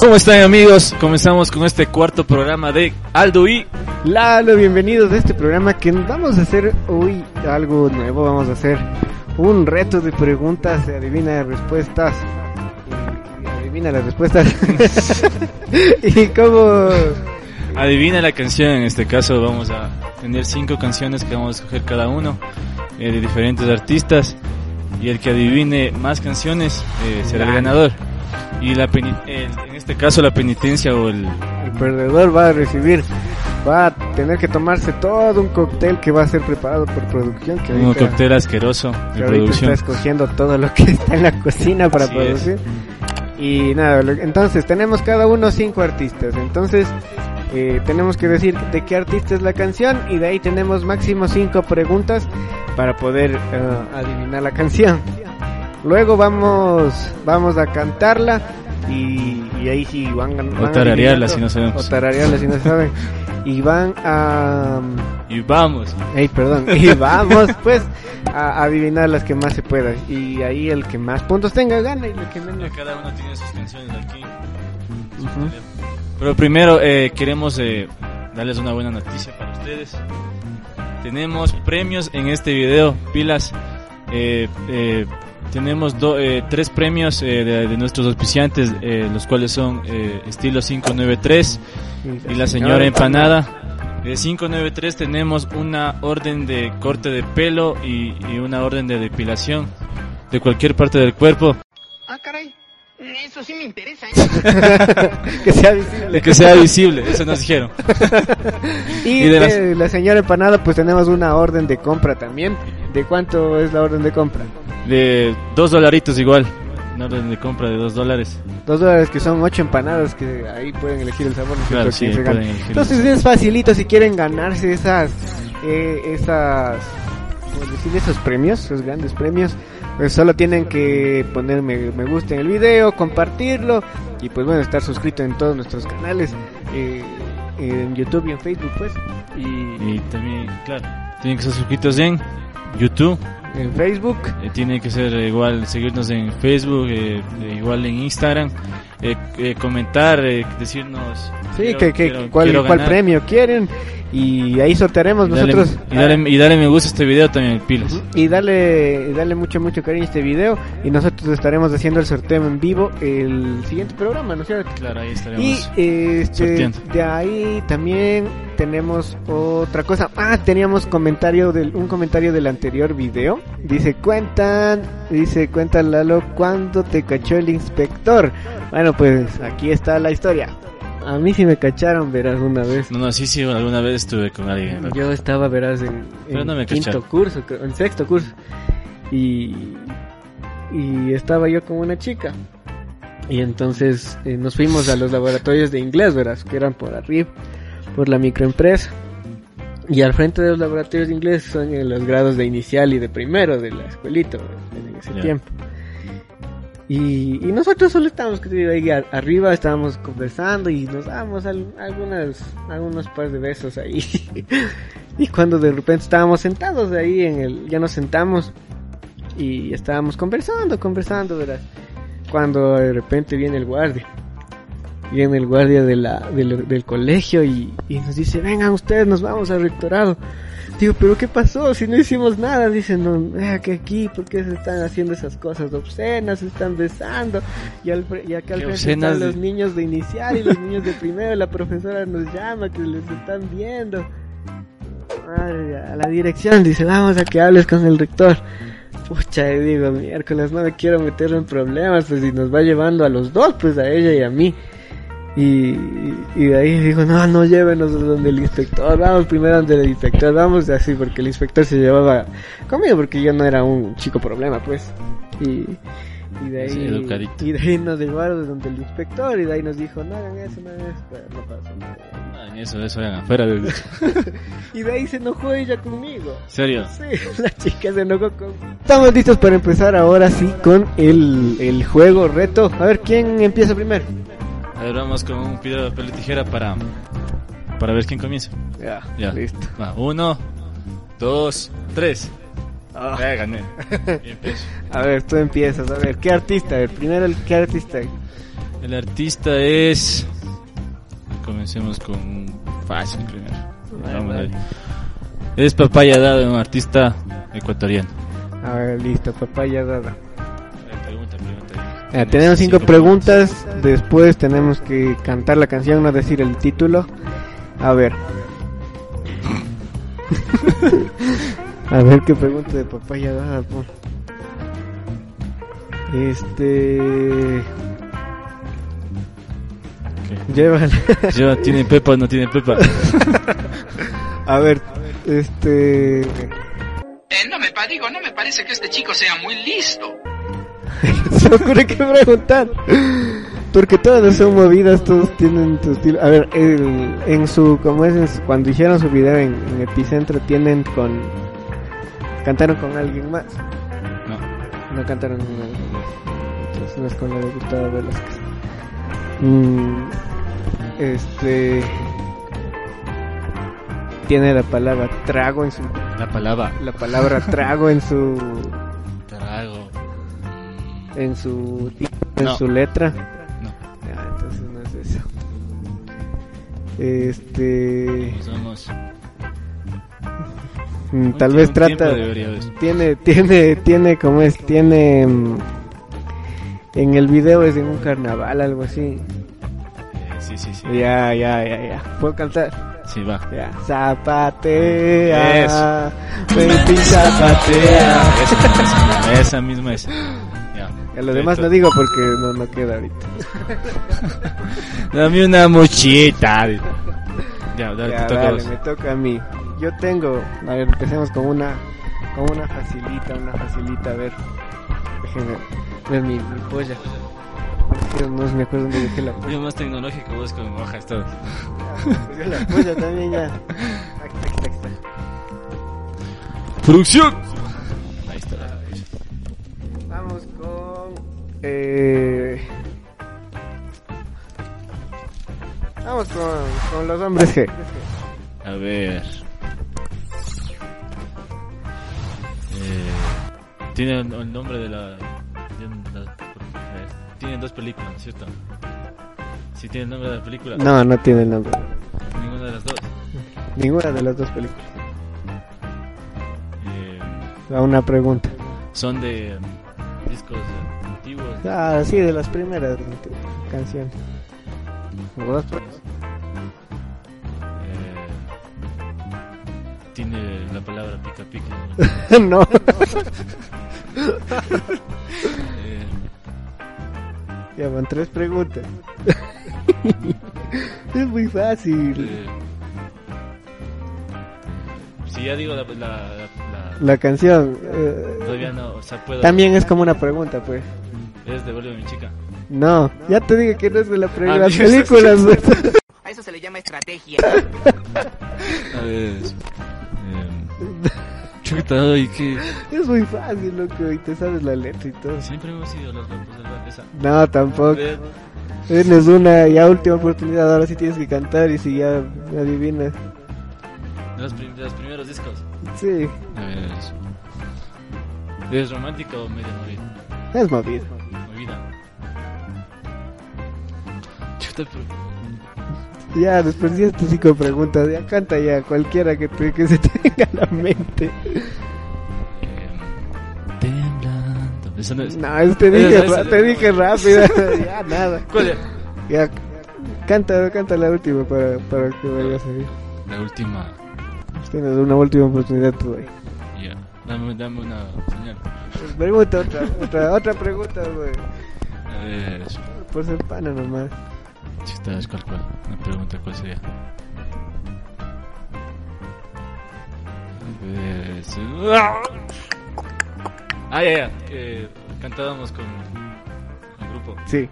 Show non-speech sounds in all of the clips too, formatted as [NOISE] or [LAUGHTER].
¿Cómo están amigos? Comenzamos con este cuarto programa de Aldo y Lalo, bienvenidos a este programa que vamos a hacer hoy algo nuevo, vamos a hacer un reto de preguntas, de adivina respuestas, y- y adivina las respuestas. [LAUGHS] y como Adivina la canción, en este caso vamos a tener cinco canciones que vamos a escoger cada uno eh, de diferentes artistas y el que adivine más canciones eh, será el ganador. Y la peni- el- en este caso la penitencia o el... el perdedor va a recibir, va a tener que tomarse todo un cóctel que va a ser preparado por producción, que Un ahorita, cóctel asqueroso que de ahorita está producción. escogiendo todo lo que está en la cocina para Así es. producir. Y nada, lo- entonces tenemos cada uno cinco artistas. Entonces eh, tenemos que decir de qué artista es la canción y de ahí tenemos máximo cinco preguntas para poder eh, adivinar la canción. Luego vamos vamos a cantarla y, y ahí sí van, van O tararearla adivinando. si no sabemos. O tararearla si no saben. Y van a... Y vamos. Ey, perdón. [LAUGHS] Y vamos, pues, a adivinar las que más se pueda. Y ahí el que más puntos tenga gana y el que menos. Cada uno tiene sus canciones aquí. Pero primero eh, queremos eh, darles una buena noticia para ustedes. Tenemos premios en este video, pilas. Eh, eh, tenemos do- eh, tres premios eh, de, de nuestros auspiciantes, eh, los cuales son eh, Estilo 593 y la señora Empanada. De 593 tenemos una orden de corte de pelo y, y una orden de depilación de cualquier parte del cuerpo. Ah, caray. Eso sí me interesa. ¿eh? [LAUGHS] que sea visible. Que sea visible, eso nos dijeron. Y, Y de de las- la señora empanada, pues tenemos una orden de compra también. ¿De cuánto es la orden de compra? De dos dolaritos igual. Una orden de compra de dos dólares. Dos dólares que son ocho empanadas que ahí pueden elegir el sabor. ¿no es Claro, cierto? sí, Que se pueden gana. elegir. Entonces es facilito si quieren ganarse esas, eh, esas, ¿cómo decir? Esos premios, esos grandes premios. Pues solo tienen que poner me, me gusta en el video, compartirlo y pues bueno, estar suscrito en todos nuestros canales. eh, en YouTube y en Facebook pues. Y, Y también, claro, tienen que ser suscritos en YouTube. en Facebook. eh, tienen que ser eh, igual, seguirnos en Facebook, eh, eh, igual en Instagram. eh, eh, comentar, eh, decirnos. Sí, quiero- que, que- quiero- cuál, quiero cuál ganar. premio quieren y ahí sortearemos Y dale- nosotros. ah, y dale, y dale me gusta a este video también, pilas. Y dale, y dale mucho, mucho cariño a este video y nosotros estaremos haciendo el sorteo en vivo el siguiente programa, ¿no es cierto? Claro, ahí Y estaremos. eh, este, sorteando. de ahí también tenemos otra cosa. Ah, teníamos comentario del, un comentario del anterior video. Dice, cuentan, dice, cuenta Lalo, ¿cuándo te cachó el inspector? Bueno, pues aquí está la historia. A mí sí me cacharon, verás, una vez. No, no, sí, sí, alguna vez estuve con alguien. loco. Yo estaba, verás, en, Pero en no me quinto cacharon. curso, creo, en sexto curso. Y, y estaba yo con una chica. Y entonces eh, nos fuimos a los laboratorios de inglés, verás, que eran por arriba, por la microempresa. Y al frente de los laboratorios de inglés son en los grados de inicial y de primero de la escuelita ¿verdad? en ese Ya. tiempo. Y, y nosotros solo estábamos que te digo, ahí a- arriba, estábamos conversando y nos dábamos al- algunas, algunos par de besos ahí. [LAUGHS] y cuando de repente estábamos sentados ahí en el, ya nos sentamos y estábamos conversando, conversando, ¿verdad? Cuando de repente viene el guardia. Viene el guardia de la, del, del colegio y, y nos dice, vengan ustedes, nos vamos al rectorado. Digo, pero ¿qué pasó? Si no hicimos nada, dicen, no, eh, que aquí, ¿por qué se están haciendo esas cosas obscenas? Se están besando. Y, al, fre- y acá al Qué frente están obscenas los de- niños de inicial y los niños de primero. La profesora nos llama, que les están viendo. Madre, a la dirección, dice, vamos a que hables con el rector. Pucha, y digo, miércoles, no me quiero meter en problemas, pues si nos va llevando a los dos, pues a ella y a mí. Y, y de ahí dijo, no, no llévenos donde el inspector, vamos primero donde el inspector, vamos así, porque el inspector se llevaba conmigo, porque yo no era un chico problema, pues. Y, y de ahí... Sí, educadito. y de ahí nos llevaron donde el inspector, y de ahí nos dijo, no hagan eso, no hagan eso, pero no pasa nada. No, ni eso, eso eran afuera. [LAUGHS] De... ¿En Y de ahí se enojó ella conmigo. serio? Sí, [LAUGHS] la chica se enojó con... Estamos listos para empezar ahora sí con el, el juego reto. A ver, ¿quién empieza primero? A ver, vamos con un piedra, papel y tijera para, para ver quién comienza. Ya, Ya. listo. Va, uno, dos, tres. Ah. Ya [LAUGHS] gané. Bien, pues. A ver, tú empiezas. A ver, ¿qué artista? A ver, primero, el ¿qué artista? El artista es. Comencemos con un fácil primero. Vamos a ver. Es Papaya Dada, un artista ecuatoriano. A ver, listo, papaya dada. Pregunta, pregunta. Ya, tenemos cinco preguntas, después tenemos que cantar la canción, no decir el título. A ver. [LAUGHS] A ver qué pregunta de papaya dada. po. Este... Llévala. [LAUGHS] Lleva, tiene pepa, no tiene pepa. A ver, este... Eh, no me pa- digo, no me parece que este chico sea muy listo. [LAUGHS] Se me ocurre que preguntar. Porque todas son movidas, todos tienen su estilo. A ver, el- en su, como es, en su- cuando hicieron su video en, en Epicentro, tienen con. Cantaron con alguien más. No. No cantaron con alguien más. Entonces no es con la de Gustavo Velázquez. Mm, este. Tiene la palabra trago en su. La palabra La palabra trago en su. trago. En su. En No. su letra. No, Ah, entonces no es eso. Este. usamos. mm, Tal vez trata. Tiene, tiene, tiene, como es? Tiene. mm, En el video es en un carnaval, algo así. Eh, Sí, sí, sí. Ya, ya, ya, ya. Puedo cantar. Sí, va. Ya. Zapatea. Eso. baby, zapatea. Esa, misma, esa misma es. Ya. Ya, Lo demás no digo porque no, no queda ahorita. Dame una mochita. Ya, dale, Ya, te toca a dale, vos. me toca a mí. Yo tengo, a ver, empecemos con una, con una facilita, una facilita, a ver. Déjenme ver mi, mi polla. Es que No me acuerdo dónde dejé la polla. Yo más tecnológico, vos con hojas todo. Yo la polla también ya. Tac, tac, tac, tac. ¡Producción! Ahí está la Vamos con... Eh... Vamos con, con los hombres G. A ver. Eh, tiene el, el nombre de la, de la- Tiene dos películas, ¿no es ¿cierto? Sí, tiene el nombre de la película. No, no tiene el nombre. Ninguna de las dos. Ninguna de las dos películas. Eh, A una pregunta. son de eh, discos eh, antiguos. Ah, sí, de las primeras canciones. ¿Vos, pues? Eh, tiene la palabra pica pica. ¿no? no. Eh, Ya van tres preguntas. [LAUGHS] es muy fácil. eh, si ya digo la- la- la, la La canción eh, Todavía no, o sea, puedo. también es como una pregunta, pues. Es devuelve mi chica. No, ya te dije que no es de la pues. pre- Ah, las Dios. películas. A eso se le llama estrategia. A [LAUGHS] ver. em, chuta, y que. [LAUGHS] es muy fácil, loco, y te sabes la letra y todo. Siempre hemos sido los locos de la esa. No, tampoco. Ver, Tienes una ya última oportunidad, ahora sí tienes que cantar y si ya adivinas. Los, prim- los primeros discos. Sí, A ver. ¿Es romántico o medio morir? es movido. Movida. Chuta, pero. Ya desperdiciaste cinco preguntas, ya canta ya cualquiera que, te- que se tenga a la mente. em, temblando. Esa no Pues, [LAUGHS] es. No, es- te Esa- dije, esa- ra- te dije rápido, [LAUGHS] ya nada. ¿Cuál es? Ya, canta, canta la última para, para que vayas a ver. La última. Tienes una última oportunidad todavía. Ya. Dame, dame una señal. Pues, Pregunta otra, otra, otra pregunta, güey. A ver. Por ser pana nomás. Chuta, es cuál, cuál. Una pregunta, ¿cuál sería? Pues... Ah, ya, ya. que cantábamos con el grupo. Sí.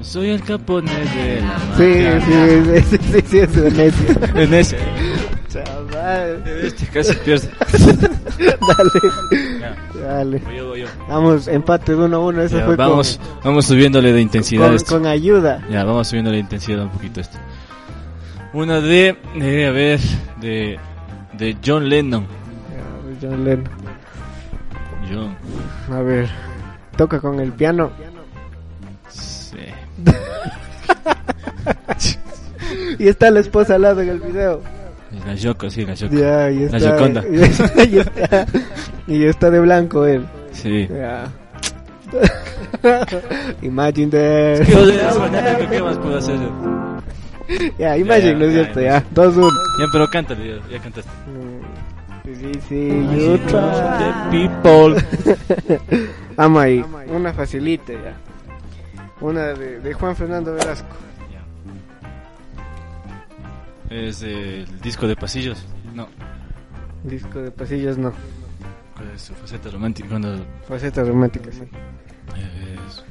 Soy el caponés de la Sí, mafia. sí, sí, sí, sí, sí, es un necio. En ese. Chaval. Este casi pierde. Dale, Ya, dale. voy yo, voy yo. Vamos, empate de uno a uno, eso Ya, fue con- vamos, vamos subiéndole de intensidad con, esto. con ayuda. Ya, vamos subiendo la intensidad un poquito esto. Una de, eh, a ver, de, de John Lennon. Ya, John Lennon. John. A ver. toca con el piano. Sí. Y está la esposa al lado en el video. La Yoko, sí, la Yoko. Ya, y La está, Gioconda. [LAUGHS] Y está, y está- y está de blanco él. Sí. Ya. [LAUGHS] imagine [LAUGHS] that. ¿Qué, o sea, es fanático, ¿qué más puedo hacer? yo? Ya, imagine, Ya, ¿no es ya, cierto? Ya, dos, uno. Ya, pero cántale, ya, ya cantaste. Sí, sí, sí, you try. The people. Vamos ahí, una facilita ya. Una de, de Juan Fernando Velasco. Es eh, el disco de pasillos. No, Disco de pasillos, no. ¿cuál es su faceta romántica? Cuando. Facetas románticas, sí. eh, es-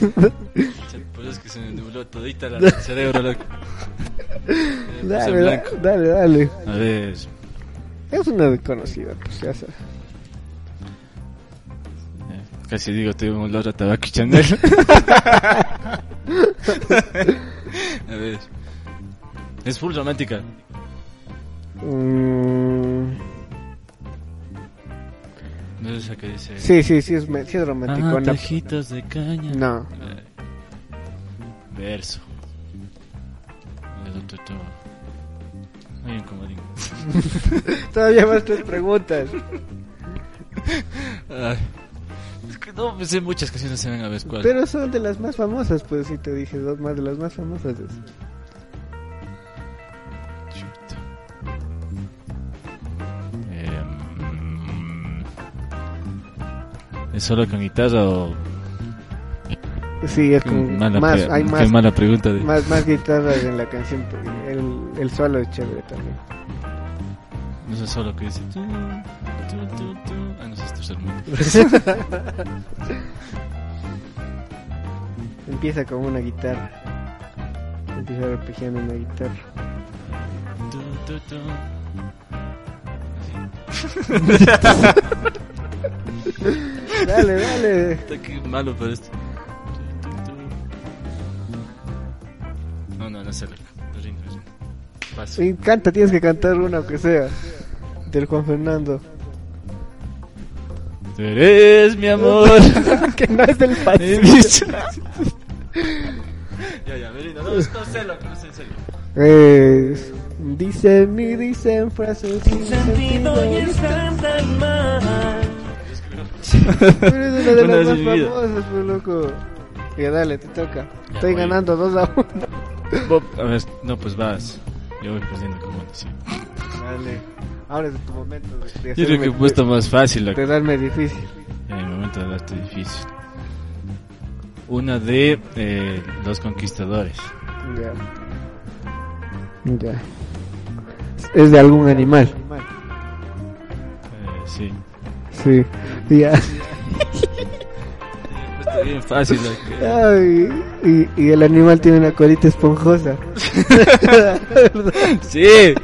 Pues es que se me nubló todita la el cerebro, [LAUGHS] loco. Me puse Dale, Pues blanco. da- dale, dale. A ver. Es una desconocida, pues ya sabes. eh, Casi digo, tengo un olor a tabaco y [LAUGHS] Chanel. a ver. Es full romántica. Mm, No es esa que dice. sí, sí, sí es, me- sí es Ah, romántico. no. tajitos de caña. No. Eh, Verso. El otro todo. Hay un comodín. Todavía más tres preguntas. Ay. Es que no me sé muchas canciones, se ven a ver cuál. Pero son de las más famosas, pues si te dije dos más de las más famosas. es. Chuta. Eh, mm, ¿Es solo con guitarra o.? Pues Sí, es Qué como mala, más, pre- hay qué más, mala pregunta. De... más, más guitarras en la canción. pero El, el solo es chévere también. [LAUGHS] No sé solo que dice. tu, tu, tu, tu. Ah, no sé, es tercer mundo. Empieza con una guitarra. Empieza arpegiando una guitarra. Tu, tu, tu. Dale, dale. Está que malo este. para esto. No, no, no sé, loco. Lo rindo, lo rindo. Paso. Me encanta, tienes que cantar una aunque sea. Del Juan Fernando. [LAUGHS] Tú eres mi amor. [LAUGHS] que no es del He pasillo. visto- ya, ya, me rindo. No, no sé, loco, no sé, en serio. Es- Dicen y dicen frases sin sentido. Pero es una [LAUGHS] de Una vez las más en mi vida. famosas, pues loco. Ya dale, te toca. Ya Estoy voy. ganando 2 a 1. Bob, a ver, no, pues vas. Yo voy perdiendo como sí. Dale. Ahora es tu momento de, de Yo creo que he hacerme- puesto más fácil, loco. de darme difícil. En el momento de darte difícil. Una de eh, los conquistadores. Ya. Ya. Es de algún animal. Eh, sí. Sí. Ya. Está bien fácil, [LAUGHS] loco. Ay, y, y el animal tiene una colita esponjosa. Sí.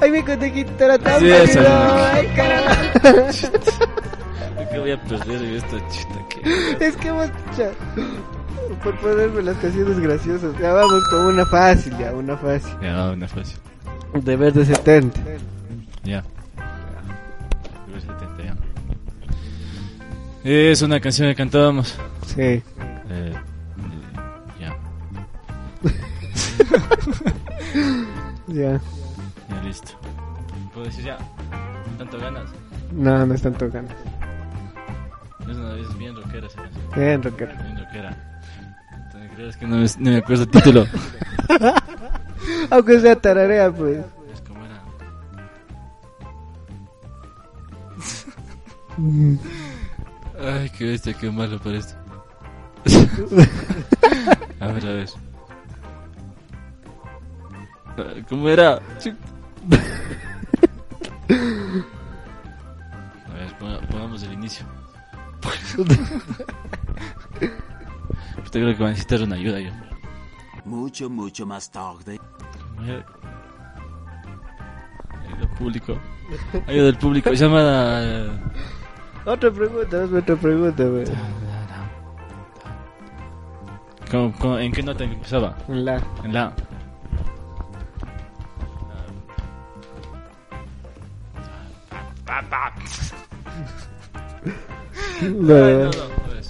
Ay, mi cotequita era tan Sí, bonito. esa. Ay, caramba. Creo que voy a perder en esta chuta que... Es que hemos pucha, Por ponerme las canciones graciosas. Ya vamos con una fácil, ya, una fácil. Ya, va, una fácil. De verde 70. Ya. Nivel 70, ya. Es una canción que cantábamos. Sí. Eh, eh, ya, Ya. ya listo. Puedo decir ya. Con Tanto ganas. No, no están tocando. Es una vez bien rockera esa canción. Bien, rockero. Bien rockera. ¿Te crees que no me, no me acuerdo el título? Aunque sea tararea, pues. Es como era. [LAUGHS] Ay, qué bestia, qué malo para [LAUGHS] esto. a ver, a ver. Ah, ¿Cómo era? Chu- A ver, ponga- pongamos el inicio. [LAUGHS] Usted creo que va a necesitar una ayuda yo. Mucho, mucho más tarde. Ayuda del Eh, público. Ayuda del público. eh, Llamada. Otra pregunta, hazme otra pregunta, pues. ¿Cómo- cómo- en qué nota empezaba? La. En la. Ay, No, no, no, pues.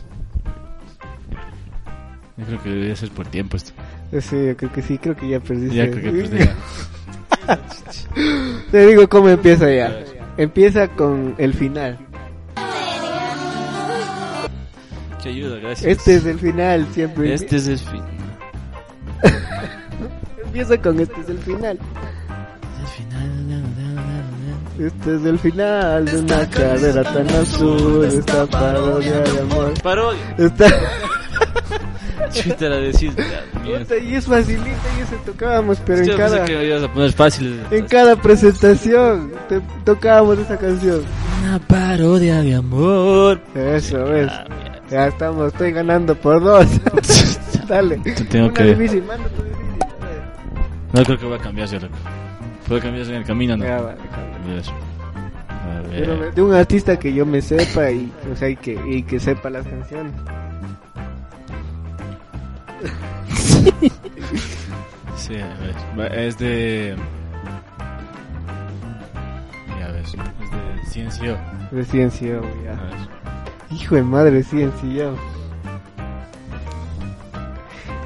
Yo creo que debería ser por tiempo esto. Sí, yo creo que sí, creo que ya perdiste. Ya creo que pues, ya. Te digo cómo empieza ya. Empieza con el final. Mucha ayuda, gracias. Este es el final, siempre. Este es el fin. Empieza con este es el final. El Este final. na, na, na, na. Este es el final de una carrera tan azul, esta parodia de amor. Parodia. Esta... Chuta la decís. la mierda. Puta, y es facilita, y eso tocábamos, Este, pero Yo en pensé cada, que pues me ibas a poner fácil. en cada presentación te tocábamos esa canción. Una parodia de amor. Eso es. Ah, mierda. Ya estamos, estoy ganando por dos. [LAUGHS] Dale. Te tengo Una que- difícil, manda tu difícil. No creo que voy a cambiar, yo loco. ¿Puedo cambiar en el camino no? Ya, vale, cambia. Dios. A ver. Pero de un artista que yo me sepa y, o sea, y que, y que sepa las canciones. Sí, a ver. Va- Es de. Ya ves. Es de Ciencio. De ciencia, A ya. ver. Hijo de madre, ciencia.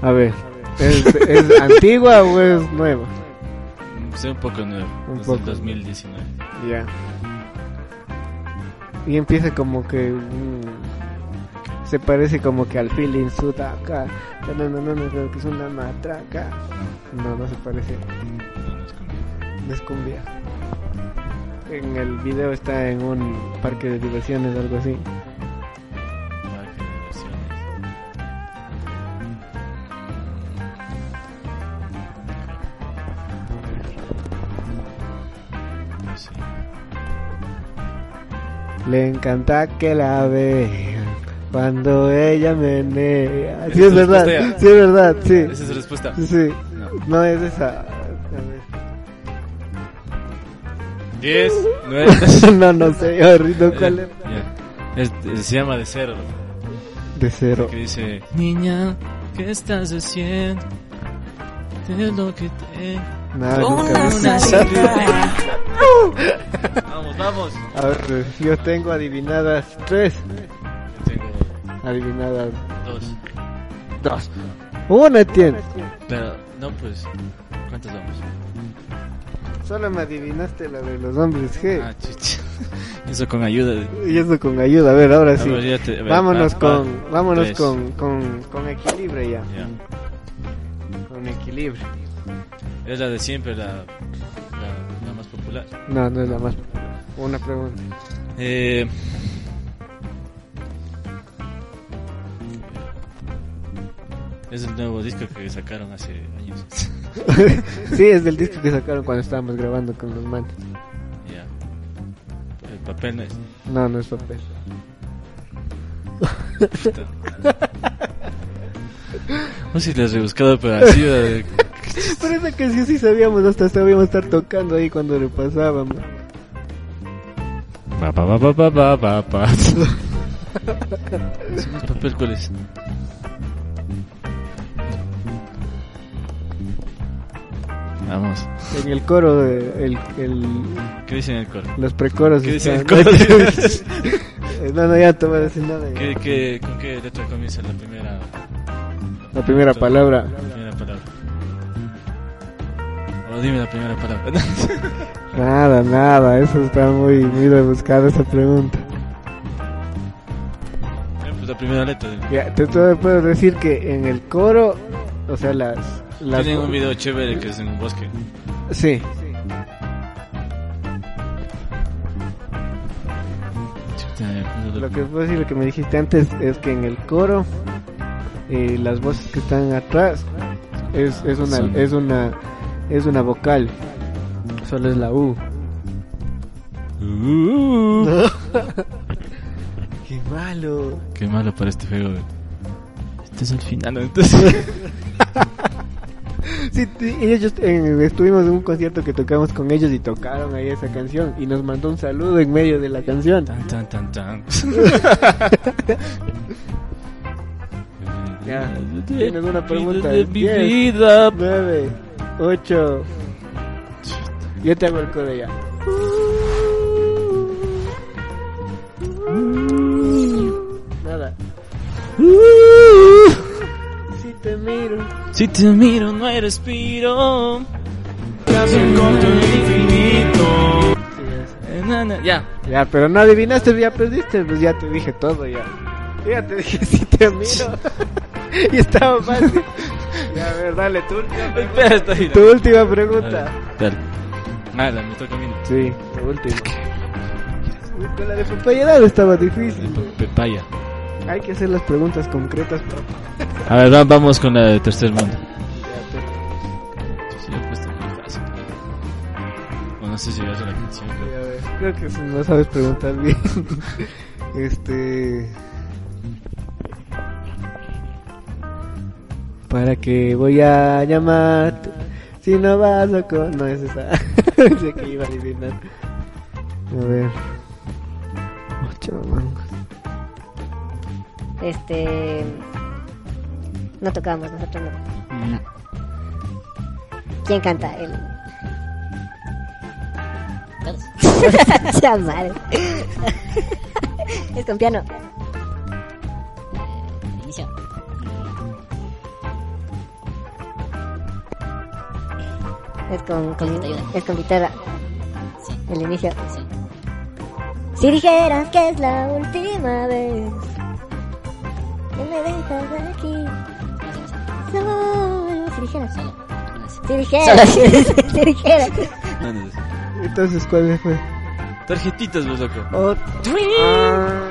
A ver, ¿es, es antigua o es nueva? Sé un poco nuevo. Un desde poco. el 2019. Ya. Y empieza como que. mm, se parece como que al feeling sudaca. No, no, no, no, creo que es una matraca. No, no se parece. No, no es conmigo. No es cumbia. En el video está en un parque de diversiones, algo así. Parque de diversiones. Sí. Le encanta que la vean cuando ella menea. Esa Sí, es es verdad. respuesta ya. Sí, es verdad, sí. Esa es la respuesta. Sí, sí. No. No es esa. A ver. [LAUGHS] 10, 9. no, no sé, yo rindo [LAUGHS] cuál es. se llama de cero. loco, De cero. Que dice: Niña, ¿qué estás haciendo? Es lo que te. Nada, nunca me [LAUGHS] Vamos, vamos. A ver, yo tengo adivinadas tres. Yo tengo Adivinadas dos. dos. Una tiene. Pero, no, pues. ¿Cuántos vamos? Solo me adivinaste la de los hombres G. Ah, chucha. [LAUGHS] Eso con ayuda. de- Y eso con ayuda. A ver, ahora sí. Vamos, ya te- a ver, Vámonos va, con, va, vámonos tres. con, con, con equilibrio ya. Ya. Con equilibrio. Es la de siempre, la, la, la más popular. No, no es la más. Una pregunta. Eh. Es el nuevo disco que sacaron hace años. [LAUGHS] sí, es del disco que sacaron cuando estábamos grabando con los manos. ya. El papel no es. No, no es papel. No sé si lo has rebuscado, pero así. eh, Por eso que sí, sí sabíamos, hasta sabíamos estar tocando ahí cuando lo pasábamos. Pa, pa, pa, pa, pa, pa, pa, pa. [LAUGHS] Si no es papel, ¿cuál es? Vamos. En el coro, de- el, el, ¿Qué dice en el coro? los precoros. ¿Qué dice en el están- coro? [LAUGHS] no, no, ya te voy a decir nada. [LAUGHS] ya. ¿Qué, qué, ¿Con qué letra comienza la primera, La primera palabra. la primera palabra? O dime la primera palabra. [LAUGHS] Nada, nada, eso está muy, muy rebuscada esa pregunta. Eh, pues la primera letra. Ya, te, te puedo decir que en el coro, o sea, las... las Tienen un video chévere que es en un bosque. Sí, Chuta, ya, no lo- lo que puedo decir, lo que me dijiste antes es que en el coro, eh, las voces que están atrás es, es una Son- es una es una vocal, solo es la U. Uh, [LAUGHS] Qué malo. Qué malo para este juego. güey. Este es el final, ¿no? [LAUGHS] entonces. Sí, t- y ellos eh, estuvimos en un concierto que tocamos con ellos y tocaron ahí esa canción y nos mandó un saludo en medio de la canción. Tan, tan, tan, tan. Ya. Tienes una pregunta. De mi Diez. vida. 9, 8. Yo te hago el coro ya. Si te miro. Si te miro no hay respiro. Casi encuentro el infinito. Sí, ya Eh, na, na, Ya. sé. Ya, pero no adivinaste, ya perdiste, pues ya te dije todo ya. Yo Ya te dije si te miro. [LAUGHS] y estaba fácil. Ya, a ver, dale, tu última pregunta. Espera, estoy. Tu última pregunta. Dale. Nada, me toca a mí. Sí, la última. Uy, Con la de Popeye estaba difícil. Pe- Pepaya. Hay que hacer las preguntas concretas para A ver, va- vamos con la de tercer mundo. Ya, pues. Sí, yo he puesto muy fácil. O no sé si vas a la canción. te- pero- ya ves. Creo que si no sabes preguntar bien. [LAUGHS] este. ¿Para qué voy a llamarte? Si no vas a con. No es esa. [LAUGHS] Pensé que iba a adivinar. A ver. Ocho mangos. Este. No tocamos, nosotros no. ¿Quién canta? El. [LAUGHS] ya madre. es con piano. Inicio. Es con, con- es con guitarra. El inicio. Si dijeras que es la última vez que me dejas aquí. Solo si dijeras. Si dijeras. si dijeras. No, no, no. Entonces, ¿cuál pues? fue? Tarjetitas, vos loco. Oh, ah,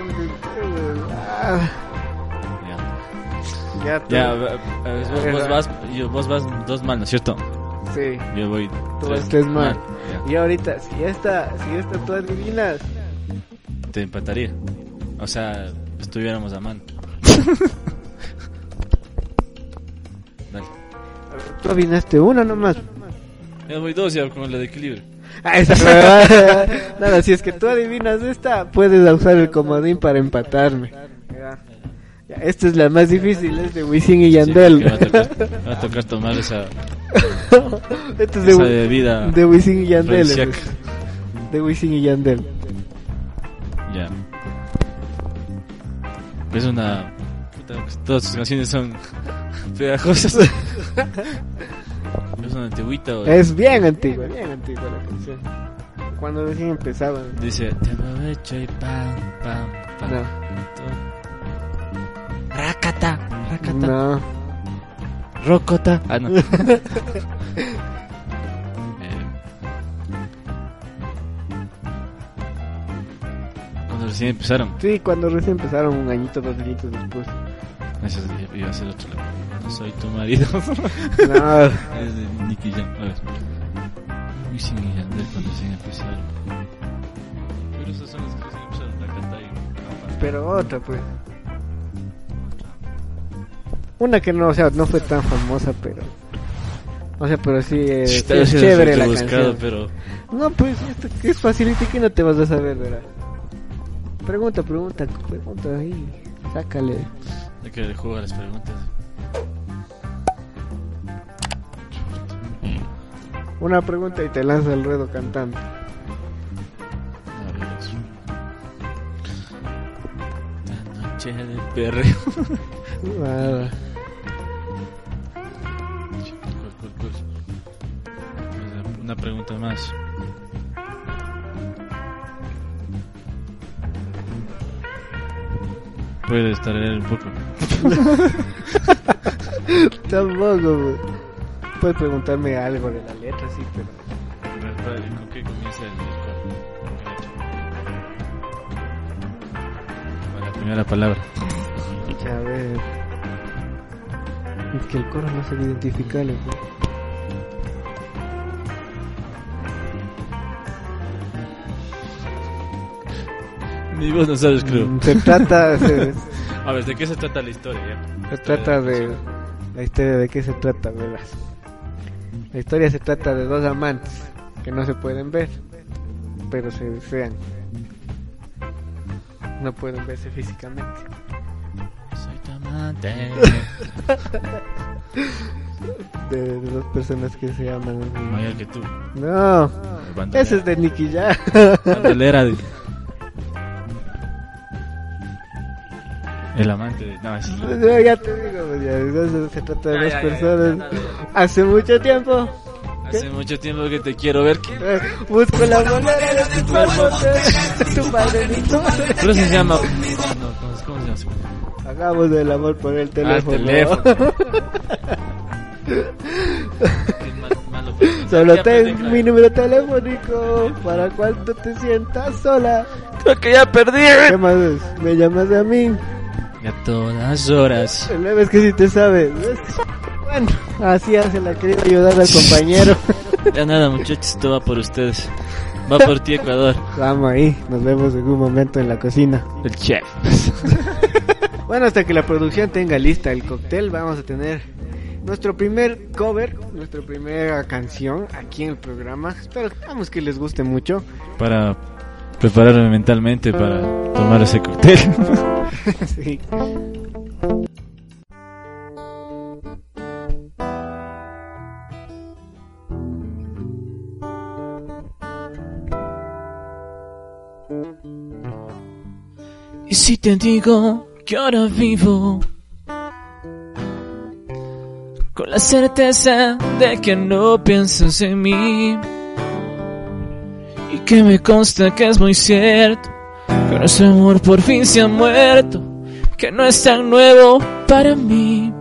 ah, Ya, ya, tú- ya va- a ver, vos, vos vas, yo- vos vas dos mal, ¿no es cierto? Sí. Yo voy Tú vas tres mal. Ya. Y ahorita, si esta, si esta tú adivinas, Te empataría. O sea, estuviéramos a [LAUGHS] mano. Dale. tú adivinaste una nomás. Ya voy dos ya con la de equilibrio. [LAUGHS] Ah, esa [LAUGHS] no. Nada, si es que tú adivinas esta, puedes usar el comodín para empatarme. Ya, esta es la más difícil, es de Wisin y Sí, Yandel. porque va, a tocar, va a tocar tomar [LAUGHS] esa, Esta es esa de, bebida. de Wisin y Yandel. Radiciac. pues. De Wisin y Yandel. Ya. Es una. puta, pues, Todas sus canciones son [LAUGHS] [LAUGHS] pegajosas. es una antigüita. o- Es bien antigua, bien antigua la canción. Cuando recién empezaban. Dice: Te aprovecho y pam, pam, pam. No. To- Racata, racata, No, rocota. Ah, [LAUGHS] no. Eh, Cuando recién empezaron. sí, cuando recién empezaron, un añito, dos añitos después. [LAUGHS] Eso es- iba a ser otro. No soy tu marido. [LAUGHS] No. es de Nicky Jam. A ver. Wisin y Yandel cuando recién empezaron. Pero esas son las que recién empezaron. Racata y Pero otra, pues. Una que no, o sea, no fue tan famosa, pero. O sea, pero sí, eh, sí es chévere la buscado, canción. pero No, pues esto que es facilito y que no te vas a saber, ¿verdad? Pregunta, pregunta, pregunta ahí. Sácale. hay que le juego a las preguntas. Una pregunta y te lanza el ruedo cantando. A ver. eso. La noche de perreo. Nada. Cool, cool, cool. Pues, Una pregunta más. Puedes tardar un poco. Tampoco, güey. Puedes preguntarme algo de la letra, sí, pero. ¿Con qué comienza el Con la primera palabra. A ver. Es que el coro no se identifica, güey. Ni vos no sabes, creo. Mm, Se trata, se, A ver, ¿de qué se trata la historia? ya? se trata de la historia de qué se trata, verás. La historia se trata de dos amantes que no se pueden ver, pero se desean. No pueden verse físicamente. Soy tu amante. De, de dos personas que se aman. Mayor que tú. No, ese es de Nicky ya. [LAUGHS] Bandolera de- El amante de... No, es- No, ya te digo, pues, ya, entonces se trata de Ya, dos ya, ya, personas. ya, ya, Hace mucho tiempo Hace mucho tiempo que te quiero ver. ¿Qué? eh, busco la moneda de tu cuerpo, [LAUGHS] de tu padre, mi madre. Pero se llama... No, ¿cómo, cómo se llama? Hagamos del amor por Ah, el el teléfono. teléfono. Qué mal- malo. [LAUGHS] Solo Ya, ten pendeja. mi número telefónico para cuando te sientas sola. Creo que ya perdí. ¿Qué más es? Me llamas a mí. Y a todas horas. El nueve es que si te sabes. ¿ves? Bueno, así hace la querida ayudar al [LAUGHS] compañero. Ya nada, muchachos, esto va por ustedes. Va por ti, Ecuador. Vamos ahí, nos vemos en un momento en la cocina. El chef. Bueno, hasta que la producción tenga lista el cóctel, vamos a tener nuestro primer cover, nuestra primera canción aquí en el programa. Esperamos que les [LAUGHS] guste mucho. Para prepararme mentalmente para tomar ese cóctel. Sí. Y si te digo que ahora vivo con la certeza de que no piensas en mí y que me consta que es muy cierto que nuestro amor por fin se ha muerto, que no es tan nuevo para mí.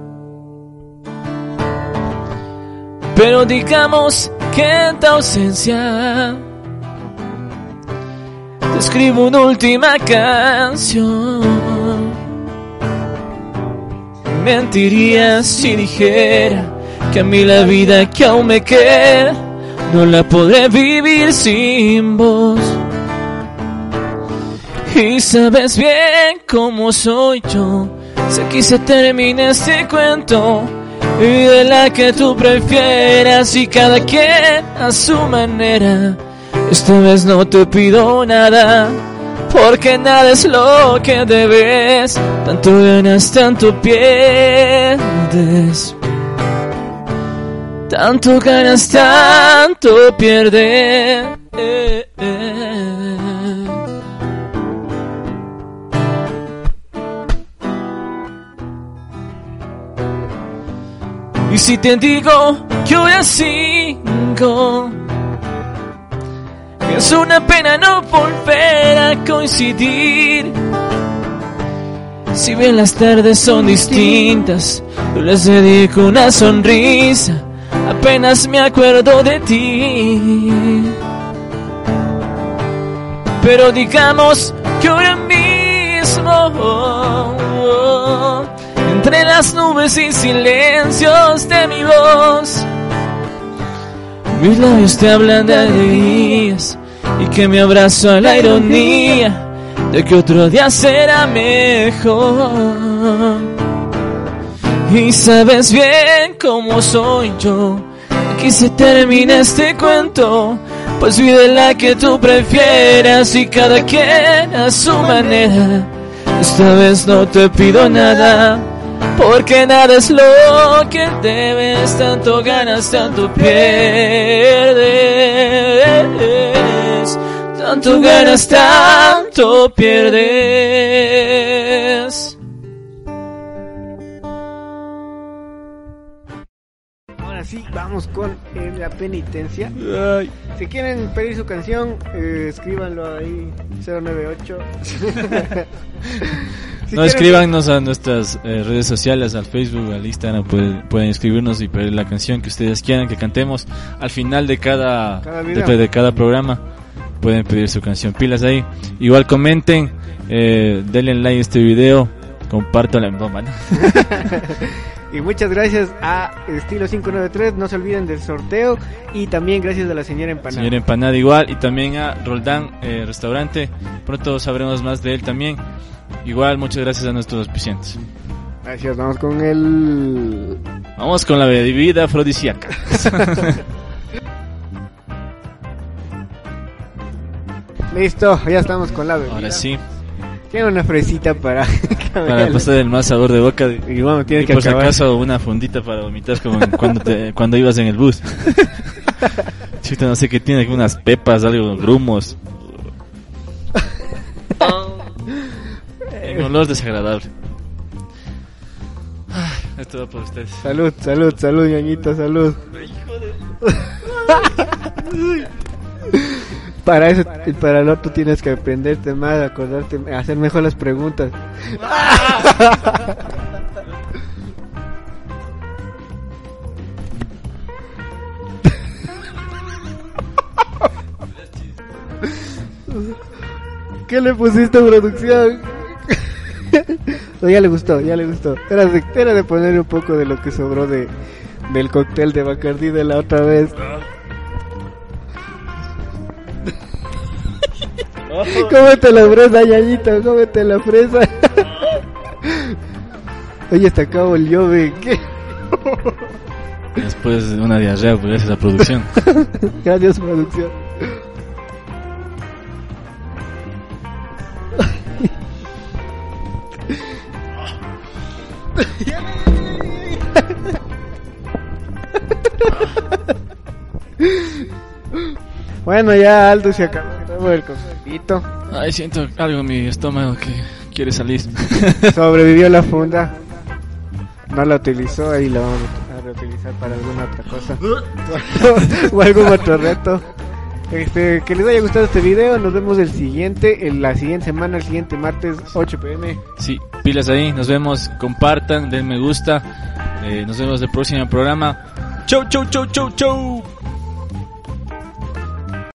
Pero digamos que en tu ausencia te escribo una última canción. Mentiría si dijera que a mí la vida que aún me queda no la podré vivir sin vos. Y sabes bien cómo soy yo. Si aquí se termina este cuento y de la que tú prefieras y cada quien a su manera. Esta vez no te pido nada, porque nada es lo que debes. Tanto ganas, tanto pierdes. Tanto ganas, tanto pierdes. Y si te digo que ahora cinco es una pena no volver a coincidir. Si bien las tardes son distintas, yo les dedico una sonrisa. Apenas me acuerdo de ti. Pero digamos que ahora mismo, oh, oh, entre las nubes y silencios de mi voz, mis labios te hablan de alegrías y que me abrazo a la ironía de que otro día será mejor. Y sabes bien cómo soy yo. Aquí se termina este cuento. Pues vive la que tú prefieras y cada quien a su manera. Esta vez no te pido nada. Porque nada es lo que debes, tanto ganas, tanto pierdes. Tanto ganas, tanto pierdes. Ahora sí, vamos con eh, la penitencia. Si quieren pedir su canción, eh, escríbanlo ahí [LAUGHS] 098. Si no quieren- escríbanos a nuestras eh, redes sociales, al Facebook, al Instagram, puede- pueden escribirnos y pedir la canción que ustedes quieran que cantemos al final de cada, Cada de- video. de, cada programa. Pueden pedir su canción, pilas ahí. Igual comenten, eh, denle like a este video, compártanlo en bomba. ¿no? Y muchas gracias a Estilo 593. No se olviden del sorteo. Y también gracias a la señora [LAUGHS] Empanada. Señor Empanada igual y también a Roldán eh, Restaurante. Pronto sabremos más de él también. Igual muchas gracias a nuestros auspiciantes. Em- Gracias, vamos con el. Vamos con la bebida afrodisíaca. Listo, ya estamos con la bebida. Ahora sí, Tiene una fresita para. [LAUGHS] para pasar el más sabor de boca. de- Y bueno, tiene Y que por si acabar. acaso una fundita para vomitar como en- cuando, [LAUGHS] te- cuando ibas en el bus. Chuta, no sé qué tiene, unas pepas, algo, grumos. en olor desagradable. Es todo por ustedes. Salud, salud, salud, ñañito, salud. [LAUGHS] Para eso, para el otro tienes que aprenderte más, acordarte, hacer mejor las preguntas. [LAUGHS] ¿Qué le pusiste producción? No, ya le gustó, ya le gustó. Era de, era de poner un poco de lo que sobró de, del cóctel de Bacardí de la otra vez. Cómete la fresa, Yayito, cómete la fresa. Oye, hasta acá volvió, ve. ¿Qué? Después de una diarrea pues, por esa producción. [LAUGHS] Gracias, producción. Bueno, ya Aldo se acabó todo el concertito. [LAUGHS] Ay, siento algo en mi estómago que quiere [LAUGHS] salir. Sobrevivió la funda. No la utilizó y la vamos a reutilizar para alguna otra cosa. o algún otro reto. Este, que les haya gustado este video. Nos vemos el siguiente, en la siguiente semana, el siguiente martes, 8 pm. Sí, pilas ahí, nos vemos, compartan, den me gusta. Eh, nos vemos en el próximo programa. Chau, chau, chau, chau, chau.